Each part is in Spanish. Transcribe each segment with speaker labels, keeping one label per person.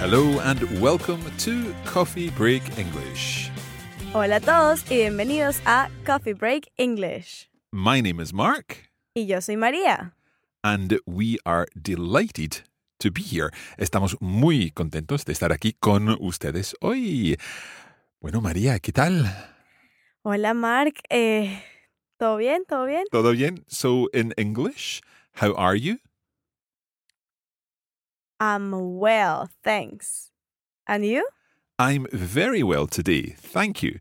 Speaker 1: Hello and welcome to Coffee Break English.
Speaker 2: Hola a todos y bienvenidos a Coffee Break English.
Speaker 1: My name is Mark,
Speaker 2: Y yo soy María.
Speaker 1: and we are delighted to be here. Estamos muy contentos de estar aquí con ustedes hoy. Bueno, María, ¿qué tal?
Speaker 2: Hola Mark, eh, ¿todo bien? ¿Todo bien?
Speaker 1: ¿Todo bien? So, in English, how are you?
Speaker 2: I'm well, thanks. And you?
Speaker 1: I'm very well today, thank you.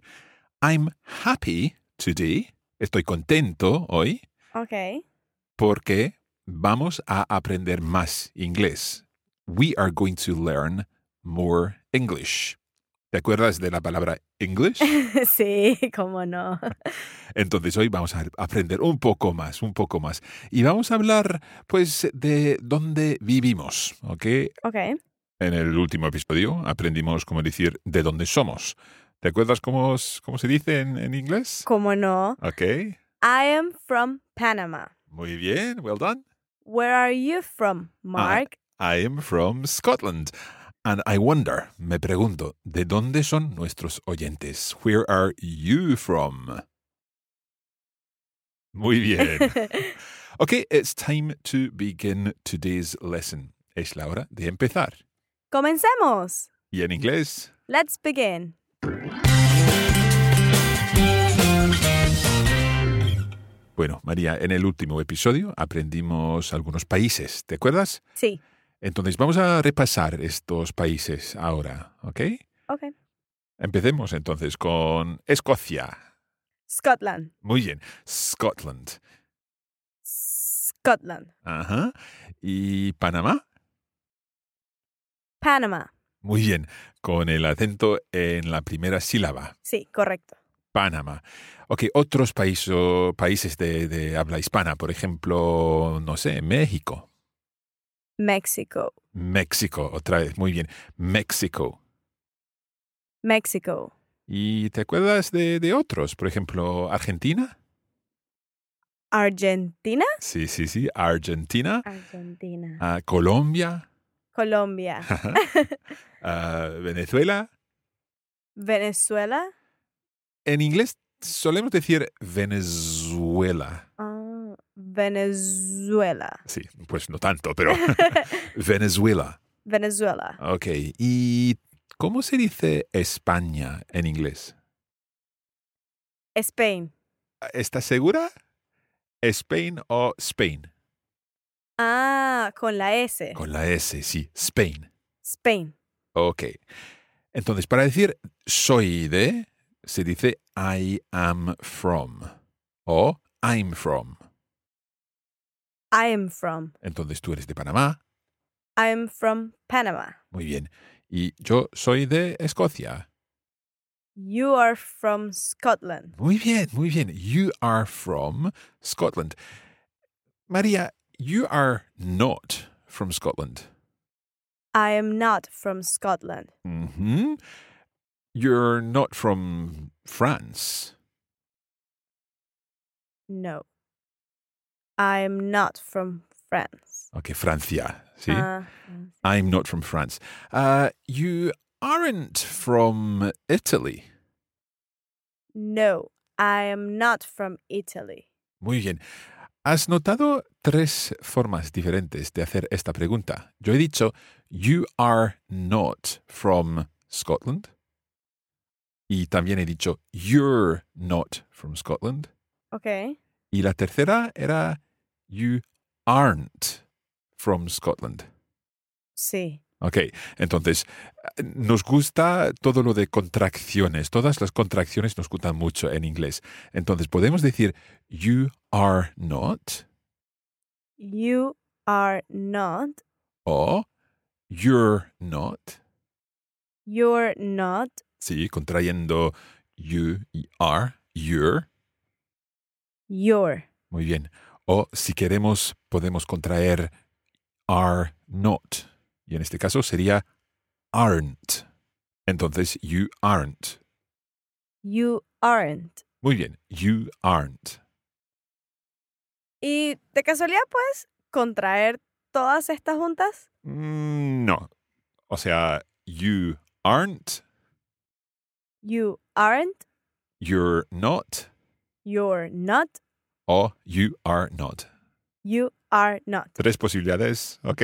Speaker 1: I'm happy today. Estoy contento hoy
Speaker 2: Okay.
Speaker 1: porque vamos a aprender más inglés. We are going to learn more English. ¿Te acuerdas de la palabra English?
Speaker 2: sí, cómo no.
Speaker 1: Entonces hoy vamos a aprender un poco más, un poco más. Y vamos a hablar, pues, de dónde vivimos, ¿ok?
Speaker 2: Okay.
Speaker 1: En el último episodio aprendimos cómo decir de dónde somos. ¿Te acuerdas cómo, s- cómo se dice en, en inglés?
Speaker 2: ¿Cómo no?
Speaker 1: Ok,
Speaker 2: I am from Panama.
Speaker 1: muy bien, well done.
Speaker 2: Where are you from, Mark?
Speaker 1: I am from Scotland. And I wonder, me pregunto, ¿de dónde son nuestros oyentes? Where are you from? Muy bien. okay, it's time to begin today's lesson. Es la hora de empezar.
Speaker 2: Comencemos.
Speaker 1: Y en inglés,
Speaker 2: Let's begin.
Speaker 1: bueno, María, en el último episodio aprendimos algunos países, ¿te acuerdas?
Speaker 2: Sí.
Speaker 1: Entonces vamos a repasar estos países ahora, ¿ok?
Speaker 2: Okay.
Speaker 1: Empecemos entonces con Escocia.
Speaker 2: Scotland.
Speaker 1: Muy bien. Scotland.
Speaker 2: Scotland.
Speaker 1: Ajá. ¿Y Panamá?
Speaker 2: Panama.
Speaker 1: Muy bien. Con el acento en la primera sílaba.
Speaker 2: Sí, correcto.
Speaker 1: Panamá. Ok, otros países, o países de, de habla hispana, por ejemplo, no sé, México.
Speaker 2: México.
Speaker 1: México, otra vez. Muy bien. México.
Speaker 2: México.
Speaker 1: ¿Y te acuerdas de, de otros? Por ejemplo, Argentina.
Speaker 2: Argentina.
Speaker 1: Sí, sí, sí. Argentina.
Speaker 2: Argentina.
Speaker 1: Ah, Colombia.
Speaker 2: Colombia.
Speaker 1: Ajá. Ah, Venezuela.
Speaker 2: Venezuela.
Speaker 1: En inglés solemos decir Venezuela.
Speaker 2: Ah, Venezuela.
Speaker 1: Sí, pues no tanto, pero Venezuela.
Speaker 2: Venezuela.
Speaker 1: Ok, ¿y cómo se dice España en inglés?
Speaker 2: Spain.
Speaker 1: ¿Estás segura? ¿Spain o Spain?
Speaker 2: Ah, con la S.
Speaker 1: Con la S, sí, Spain.
Speaker 2: Spain.
Speaker 1: Ok. Entonces, para decir soy de, se dice I am from o I'm from.
Speaker 2: I am from.
Speaker 1: Entonces, tú eres de Panamá.
Speaker 2: I am from Panama.
Speaker 1: Muy bien. Y yo soy de Escocia.
Speaker 2: You are from Scotland.
Speaker 1: Muy bien, muy bien. You are from Scotland. María, you are not from Scotland.
Speaker 2: I am not from Scotland.
Speaker 1: Mhm. You're not from France.
Speaker 2: No. I am not from France.
Speaker 1: Okay, Francia. See?
Speaker 2: Ah,
Speaker 1: I'm not from France. Uh, you aren't from Italy.
Speaker 2: no, I am not from Italy.
Speaker 1: Muy bien. Has notado tres formas diferentes de hacer esta pregunta. Yo he dicho, You are not from Scotland. Y también he dicho, You're not from Scotland.
Speaker 2: Ok.
Speaker 1: Y la tercera era, You aren't from Scotland.
Speaker 2: Sí.
Speaker 1: Ok, entonces, eh, nos gusta todo lo de contracciones. Todas las contracciones nos gustan mucho en inglés. Entonces, podemos decir, You are not
Speaker 2: You are not.
Speaker 1: o You're not.
Speaker 2: You're not.
Speaker 1: Sí, contrayendo you y are, your.
Speaker 2: You're.
Speaker 1: Muy bien. O si queremos, podemos contraer are not. Y en este caso sería aren't. Entonces, you aren't.
Speaker 2: You aren't.
Speaker 1: Muy bien. You aren't.
Speaker 2: ¿Y de casualidad puedes contraer todas estas juntas?
Speaker 1: Mm, No. O sea, you aren't,
Speaker 2: You aren't.
Speaker 1: you're not,
Speaker 2: You're not.
Speaker 1: o you are not.
Speaker 2: You are not.
Speaker 1: Tres posibilidades, ¿ok?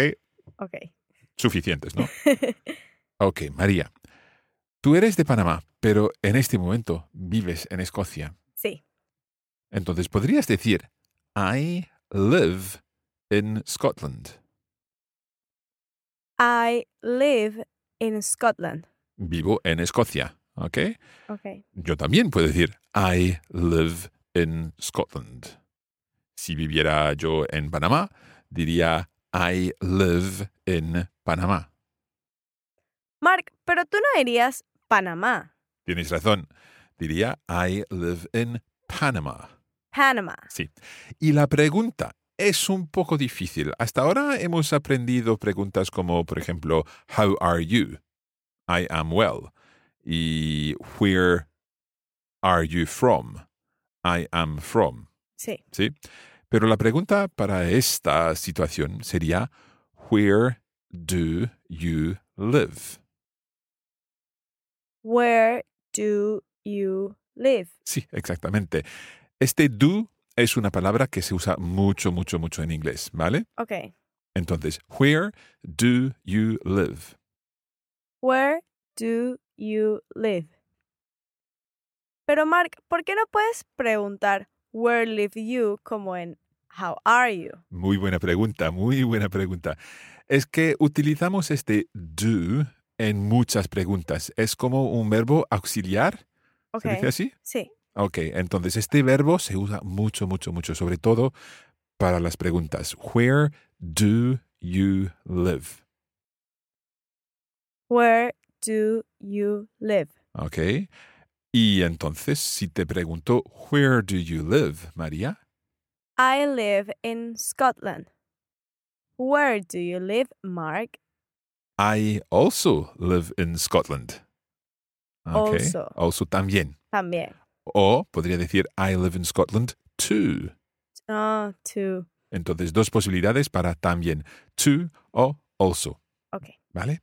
Speaker 2: Ok.
Speaker 1: Suficientes, ¿no? Ok, María. Tú eres de Panamá, pero en este momento vives en Escocia.
Speaker 2: sí.
Speaker 1: Entonces podrías decir, I live in Scotland.
Speaker 2: I live in Scotland.
Speaker 1: Vivo en Escocia. ¿Ok?
Speaker 2: Ok.
Speaker 1: Yo también puedo decir, I live in Scotland. Si viviera yo en Panamá, diría, I live in Panamá.
Speaker 2: Mark, pero tú no dirías Panamá.
Speaker 1: Tienes razón. Diría, I live in Panamá.
Speaker 2: Panamá.
Speaker 1: Sí. Y la pregunta es un poco difícil. Hasta ahora hemos aprendido preguntas como, por ejemplo, How are you? I am well. Y Where are you from? I am from.
Speaker 2: Sí.
Speaker 1: ¿Sí? Pero la pregunta para esta situación sería Where do you live?
Speaker 2: Where do you live?
Speaker 1: Sí, exactamente. Este do es una palabra que se usa mucho, mucho, mucho en inglés, ¿vale?
Speaker 2: Ok.
Speaker 1: Entonces, where do you live?
Speaker 2: Where do you live? Pero Mark, ¿por qué no puedes preguntar where live you como en how are you?
Speaker 1: Muy buena pregunta, muy buena pregunta. Es que utilizamos este do en muchas preguntas. Es como un verbo auxiliar.
Speaker 2: Ok.
Speaker 1: ¿Se dice así?
Speaker 2: Sí.
Speaker 1: Ok, entonces este verbo se usa mucho, mucho, mucho, sobre todo para las preguntas. Where do you live?
Speaker 2: Where do you live?
Speaker 1: Ok. Y entonces, si te pregunto, where do you live, María?
Speaker 2: I live in Scotland. Where do you live, Mark?
Speaker 1: I also live in Scotland. Okay.
Speaker 2: Also.
Speaker 1: Also también.
Speaker 2: También.
Speaker 1: O podría decir I live in Scotland too.
Speaker 2: Ah, to.
Speaker 1: Entonces, dos posibilidades para también. To o also.
Speaker 2: Ok.
Speaker 1: ¿Vale?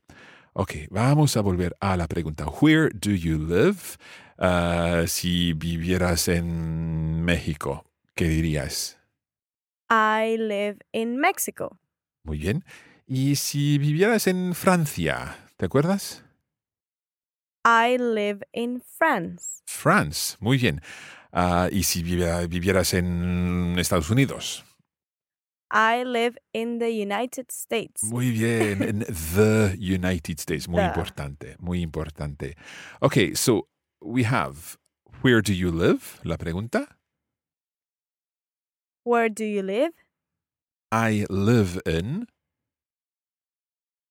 Speaker 1: Ok, vamos a volver a la pregunta. Where do you live? Ah, si vivieras en México, ¿qué dirías?
Speaker 2: I live in Mexico.
Speaker 1: Muy bien. Y si vivieras en Francia, ¿te acuerdas?
Speaker 2: I live in France.
Speaker 1: France, muy bien. Ah, y si vivi- vivieras en Estados Unidos.
Speaker 2: I live in the United States.
Speaker 1: Muy bien. En the United States. Muy
Speaker 2: The.
Speaker 1: importante, muy importante. Okay, so we have where do you live? La pregunta.
Speaker 2: Where do you live?
Speaker 1: I live in.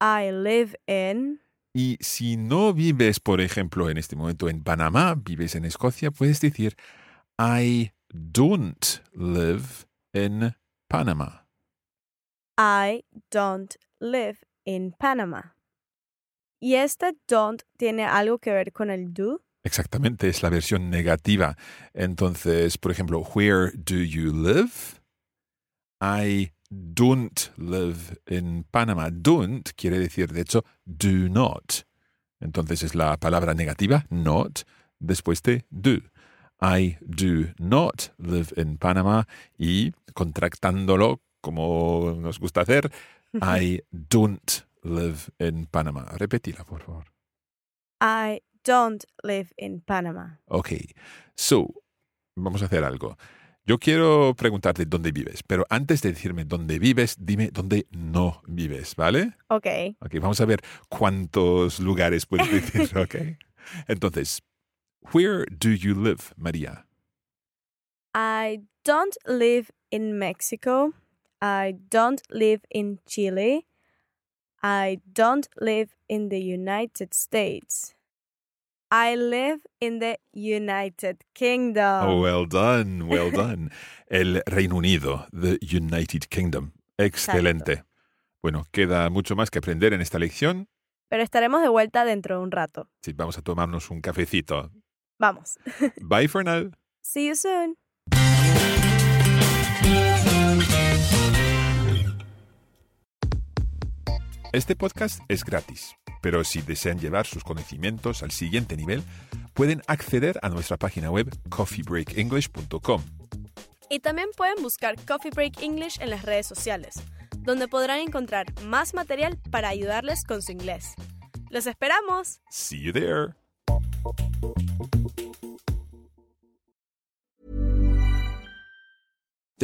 Speaker 2: I live in.
Speaker 1: Y si no vives, por ejemplo, en este momento en Panamá, vives en Escocia, puedes decir I don't live in Panama.
Speaker 2: I don't live in Panama. Y este don't tiene algo que ver con el do.
Speaker 1: Exactamente, es la versión negativa. Entonces, por ejemplo, where do you live? I don't live in Panama. Don't quiere decir, de hecho, do not. Entonces es la palabra negativa, not, después de do. I do not live in Panama y contractándolo como nos gusta hacer. I don't live in Panama. Repetila, por favor.
Speaker 2: I don't live in Panama.
Speaker 1: Ok. So, vamos a hacer algo. Yo quiero preguntarte dónde vives, pero antes de decirme dónde vives, dime dónde no vives, ¿vale?
Speaker 2: Ok.
Speaker 1: Ok, vamos a ver cuántos lugares puedes decir, ok. Entonces, where do you live, María?
Speaker 2: I don't live in Mexico. I don't live in Chile. I don't live in the United States. I live in the United Kingdom.
Speaker 1: Oh, well done, well done. El Reino Unido, the United Kingdom. Excelente. Bueno, queda mucho más que aprender en esta lección.
Speaker 2: Pero estaremos de vuelta dentro de un rato.
Speaker 1: Sí, vamos a tomarnos un cafecito.
Speaker 2: Vamos.
Speaker 1: Bye for now.
Speaker 2: See you soon.
Speaker 1: Este podcast es gratis, pero si desean llevar sus conocimientos al siguiente nivel, pueden acceder a nuestra página web coffeebreakenglish.com.
Speaker 2: Y también pueden buscar Coffee Break English en las redes sociales, donde podrán encontrar más material para ayudarles con su inglés. ¡Los esperamos!
Speaker 1: See you there.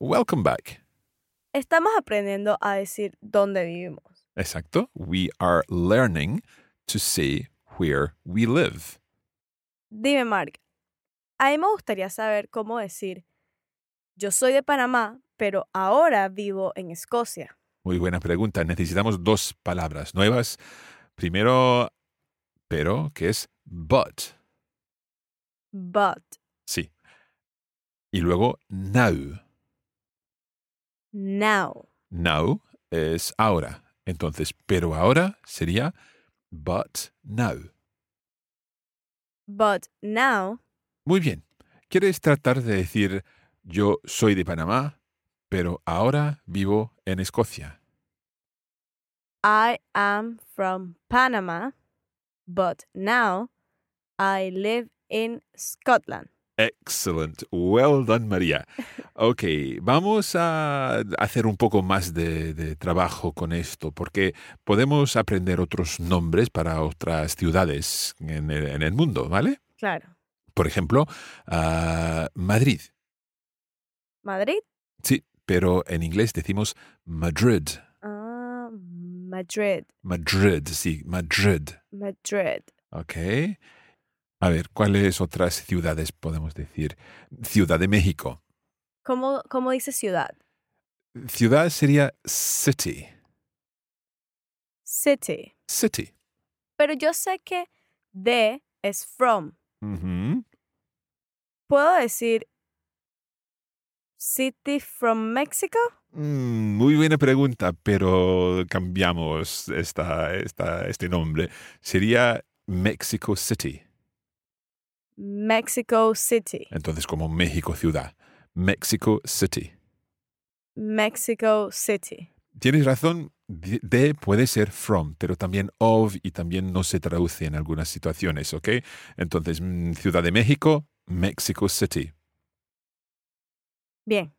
Speaker 1: Welcome back.
Speaker 2: Estamos aprendiendo a decir dónde vivimos.
Speaker 1: Exacto. We are learning to say where we live.
Speaker 2: Dime, Mark, a mí me gustaría saber cómo decir, yo soy de Panamá, pero ahora vivo en Escocia.
Speaker 1: Muy buena pregunta. Necesitamos dos palabras nuevas. Primero, pero, que es but.
Speaker 2: But
Speaker 1: Sí. Y luego now.
Speaker 2: now.
Speaker 1: Now es ahora. Entonces, pero ahora sería but now.
Speaker 2: But now.
Speaker 1: Muy bien. ¿Quieres tratar de decir yo soy de Panamá, pero ahora vivo en Escocia?
Speaker 2: I am from Panama, but now I live in Scotland.
Speaker 1: Excellent. Well done, María. Ok, vamos a hacer un poco más de, de trabajo con esto, porque podemos aprender otros nombres para otras ciudades en el, en el mundo, ¿vale?
Speaker 2: Claro.
Speaker 1: Por ejemplo, ah, Madrid.
Speaker 2: Madrid.
Speaker 1: Sí, pero en inglés decimos Madrid.
Speaker 2: Ah, Madrid.
Speaker 1: Madrid, sí, Madrid.
Speaker 2: Madrid.
Speaker 1: Ok. A ver, ¿cuáles otras ciudades podemos decir? Ciudad de México.
Speaker 2: ¿Cómo, cómo dice ciudad?
Speaker 1: Ciudad sería city.
Speaker 2: City.
Speaker 1: City.
Speaker 2: Pero yo sé que de es from.
Speaker 1: Ujú.
Speaker 2: ¿Puedo decir city from Mexico?
Speaker 1: Mm, muy buena pregunta, pero cambiamos esta, esta, este nombre. Sería Mexico City.
Speaker 2: Mexico City.
Speaker 1: Entonces, como México ciudad. Mexico City.
Speaker 2: Mexico City.
Speaker 1: Tienes razón, de de puede ser from, pero también of y también no se traduce en algunas situaciones, ¿ok? Entonces, mm, Ciudad de México, Mexico City.
Speaker 2: Bien.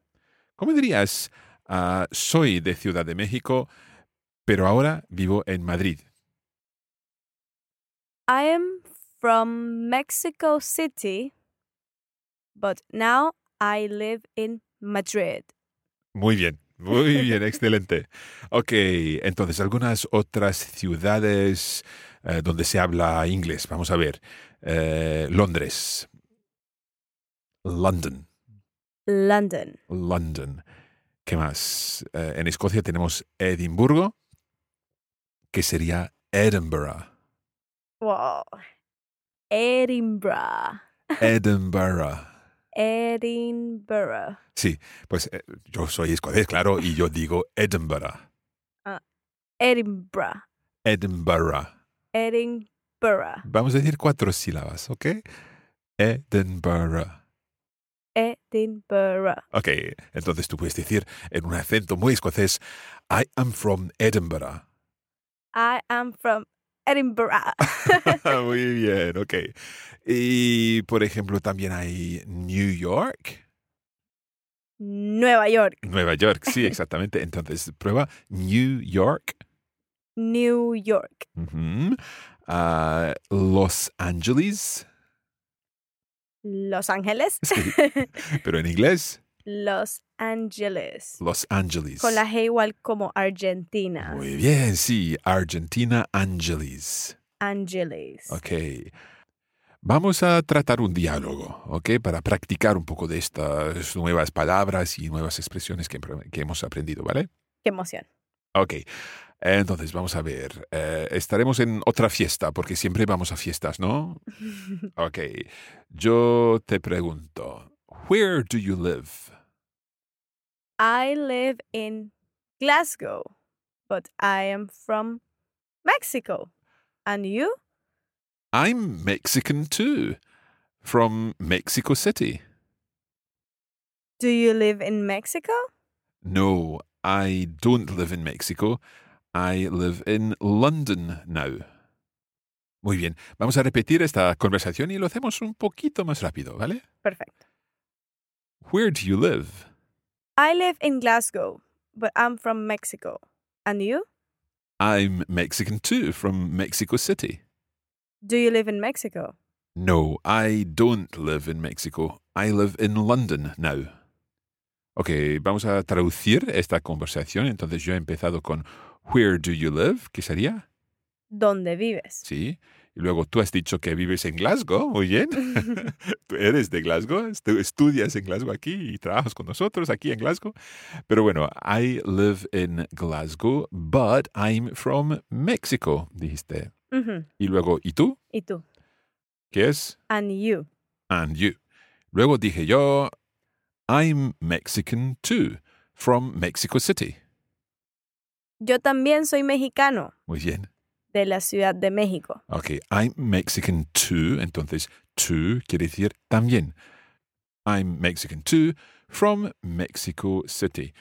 Speaker 1: ¿Cómo dirías, ah, soy de Ciudad de México, pero ahora vivo en Madrid?
Speaker 2: I am from Mexico City, but now I live in Madrid.
Speaker 1: Muy bien, muy bien, excelente. Ok, entonces, algunas otras ciudades eh, donde se habla inglés. Vamos a ver. Eh, Londres. London.
Speaker 2: London.
Speaker 1: London. ¿Qué más? Eh, en Escocia tenemos Edimburgo, que sería Edinburgh.
Speaker 2: Wow. Edinburgh.
Speaker 1: Edinburgh.
Speaker 2: Edinburgh.
Speaker 1: Sí, pues eh, yo soy escocés, claro, y yo digo Edinburgh.
Speaker 2: Edinburgh.
Speaker 1: Edinburgh.
Speaker 2: Edinburgh.
Speaker 1: Vamos a decir cuatro sílabas, ¿ok? Edinburgh.
Speaker 2: Edinburgh.
Speaker 1: Ok, entonces tú puedes decir en un acento muy escocés, I am from Edinburgh.
Speaker 2: I am from Edinburgh.
Speaker 1: muy bien, ok. Y por ejemplo también hay New York.
Speaker 2: Nueva York.
Speaker 1: Nueva York, sí, exactamente. Entonces prueba New York.
Speaker 2: New York.
Speaker 1: Ujú. Ah, Los Angeles,
Speaker 2: Los Ángeles.
Speaker 1: Sí. pero en inglés,
Speaker 2: Los Ángeles.
Speaker 1: Los Angeles.
Speaker 2: Con la G igual como Argentina.
Speaker 1: Muy bien, sí, Argentina Angeles.
Speaker 2: Ángeles.
Speaker 1: Ok. Vamos a tratar un diálogo, ¿ok? Para practicar un poco de estas nuevas palabras y nuevas expresiones que, que hemos aprendido, ¿vale?
Speaker 2: Qué emoción.
Speaker 1: Ok. Entonces, vamos a ver. eh, estaremos en otra fiesta, porque siempre vamos a fiestas, ¿no? Ok. Yo te pregunto, ¿where do you live?
Speaker 2: I live in Glasgow, but I am from Mexico. And you?
Speaker 1: I'm Mexican too, from Mexico City.
Speaker 2: Do you live in Mexico?
Speaker 1: No, I don't live in Mexico. I live in London now. Muy bien, vamos a repetir esta conversación y lo hacemos un poquito más rápido, ¿vale?
Speaker 2: Perfecto.
Speaker 1: Where do you live?
Speaker 2: I live in Glasgow, but I'm from Mexico. And you?
Speaker 1: I'm Mexican too, from Mexico City.
Speaker 2: Do you live in Mexico?
Speaker 1: No, I don't live in Mexico. I live in London now. Ok, vamos a traducir esta conversación. Entonces yo he empezado con Where do you live? que sería
Speaker 2: ¿Dónde vives?
Speaker 1: Sí. Y luego tú has dicho que vives en Glasgow, muy bien. tú eres de Glasgow, estu- estudias en Glasgow aquí y trabajas con nosotros aquí en Glasgow. Pero bueno, I live in Glasgow, but I'm from Mexico, dijiste.
Speaker 2: Ujú.
Speaker 1: Y luego, ¿y tú?
Speaker 2: ¿Y tú?
Speaker 1: ¿Qué es?
Speaker 2: And you?
Speaker 1: And you. Luego dije yo, I'm Mexican too, from Mexico City.
Speaker 2: Yo también soy mexicano,
Speaker 1: Muy bien.
Speaker 2: de la Ciudad de México.
Speaker 1: Ok, I'm Mexican too. Entonces, too quiere decir también. I'm Mexican too from Mexico City.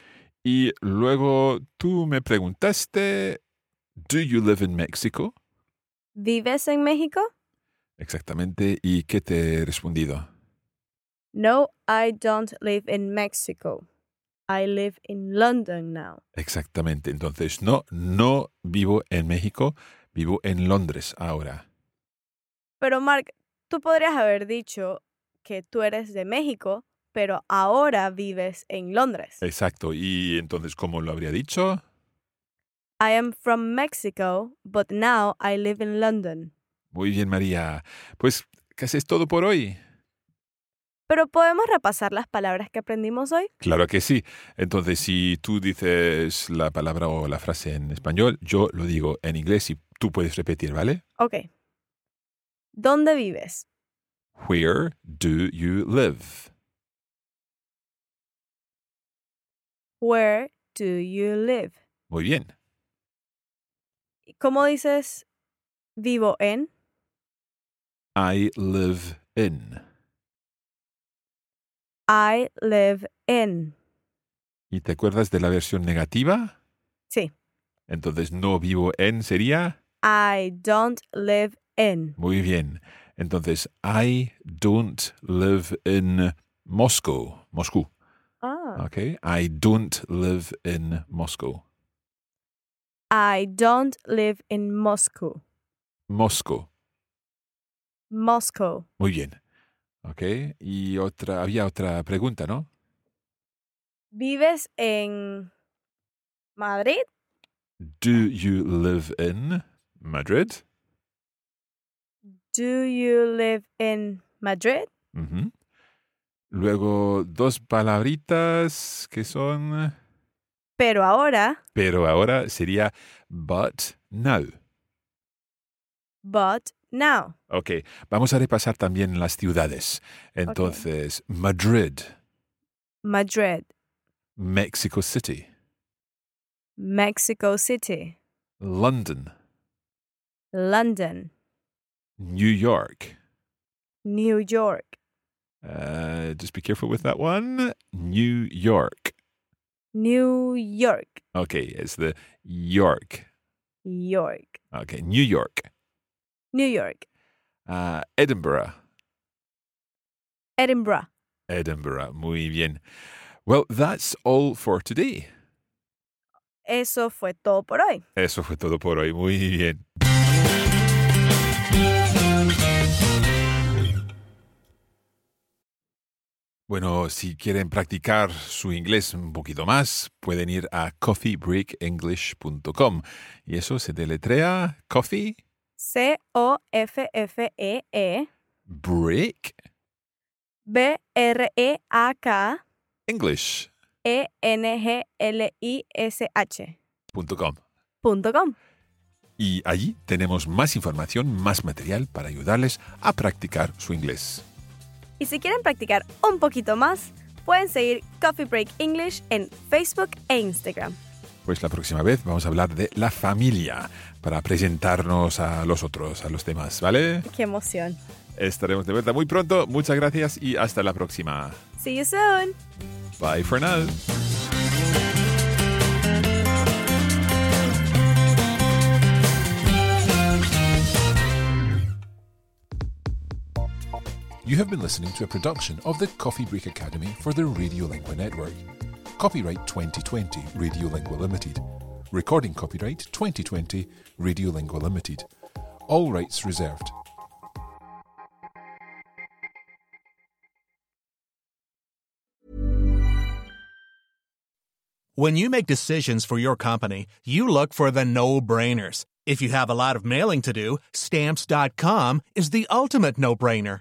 Speaker 1: Y luego tú me preguntaste, ¿do you live in Mexico?
Speaker 2: ¿Vives en México?
Speaker 1: Exactamente. ¿Y qué te he respondido?
Speaker 2: No, I don't live in Mexico. I live in London now.
Speaker 1: Exactamente. Entonces, no, no vivo en México, vivo en Londres ahora.
Speaker 2: Pero Mark, tú podrías haber dicho que tú eres de México, pero ahora vives en Londres.
Speaker 1: Exacto. Y entonces, ¿cómo lo habría dicho?
Speaker 2: I am from Mexico, but now I live in London.
Speaker 1: Muy bien, María. Pues casi es todo por hoy.
Speaker 2: Pero podemos repasar las palabras que aprendimos hoy.
Speaker 1: Claro que sí. Entonces, si tú dices la palabra o la frase en español, yo lo digo en inglés y tú puedes repetir, ¿vale?
Speaker 2: Ok. ¿Dónde vives?
Speaker 1: Where do you live?
Speaker 2: Where do you live?
Speaker 1: Muy bien.
Speaker 2: ¿Cómo dices vivo en?
Speaker 1: I live in.
Speaker 2: I live in.
Speaker 1: ¿Y te acuerdas de la versión negativa?
Speaker 2: Sí.
Speaker 1: Entonces no vivo en sería.
Speaker 2: I don't live in.
Speaker 1: Muy bien. Entonces, I don't live in Moscow. Moscú.
Speaker 2: Ah.
Speaker 1: Okay. I don't live in Moscow.
Speaker 2: I don't live in Moscow.
Speaker 1: Moscow.
Speaker 2: Moscow.
Speaker 1: Muy bien. Ok. Y otra, había otra pregunta, ¿no?
Speaker 2: ¿Vives en Madrid?
Speaker 1: Do you live in Madrid?
Speaker 2: Do you live in Madrid?
Speaker 1: Ujú. Luego, dos palabritas que son.
Speaker 2: Pero ahora,
Speaker 1: Pero ahora sería but now.
Speaker 2: but now.
Speaker 1: Ok, vamos a repasar también las ciudades. Entonces, Madrid,
Speaker 2: Madrid,
Speaker 1: Mexico City,
Speaker 2: Mexico City,
Speaker 1: London,
Speaker 2: London,
Speaker 1: New York.
Speaker 2: New York,
Speaker 1: Uh, just be careful with that one. New York.
Speaker 2: New York,
Speaker 1: Okay, it's the York.
Speaker 2: York,
Speaker 1: Okay, New York.
Speaker 2: New York,
Speaker 1: Uh, Edinburgh.
Speaker 2: Edinburgh.
Speaker 1: Edinburgh. Muy bien. Well, that's all for today.
Speaker 2: Eso fue todo por hoy.
Speaker 1: Eso fue todo por hoy. Muy bien. Bueno, si quieren practicar su inglés un poquito más, pueden ir a coffeebreakenglish.com. Y eso se deletrea coffee
Speaker 2: C-O-F-F-E-E,
Speaker 1: break
Speaker 2: B-R-E-A-K-E-N-G-L-I-S-H.
Speaker 1: English. punto com.
Speaker 2: punto com.
Speaker 1: Y allí tenemos más información, más material para ayudarles a practicar su inglés.
Speaker 2: Y si quieren practicar un poquito más, pueden seguir Coffee Break English en Facebook e Instagram.
Speaker 1: Pues la próxima vez vamos a hablar de la familia para presentarnos a los otros, a los demás, ¿vale?
Speaker 2: ¡Qué emoción!
Speaker 1: Estaremos de vuelta muy pronto. Muchas gracias y hasta la próxima.
Speaker 2: See you soon!
Speaker 1: Bye for now. You have been listening to a production of the Coffee Break Academy for the Radiolingua Network. Copyright 2020 Radiolingua Limited. Recording copyright 2020 Radiolingua Limited. All rights reserved.
Speaker 3: When you make decisions for your company, you look for the no brainers. If you have a lot of mailing to do, stamps.com is the ultimate no brainer.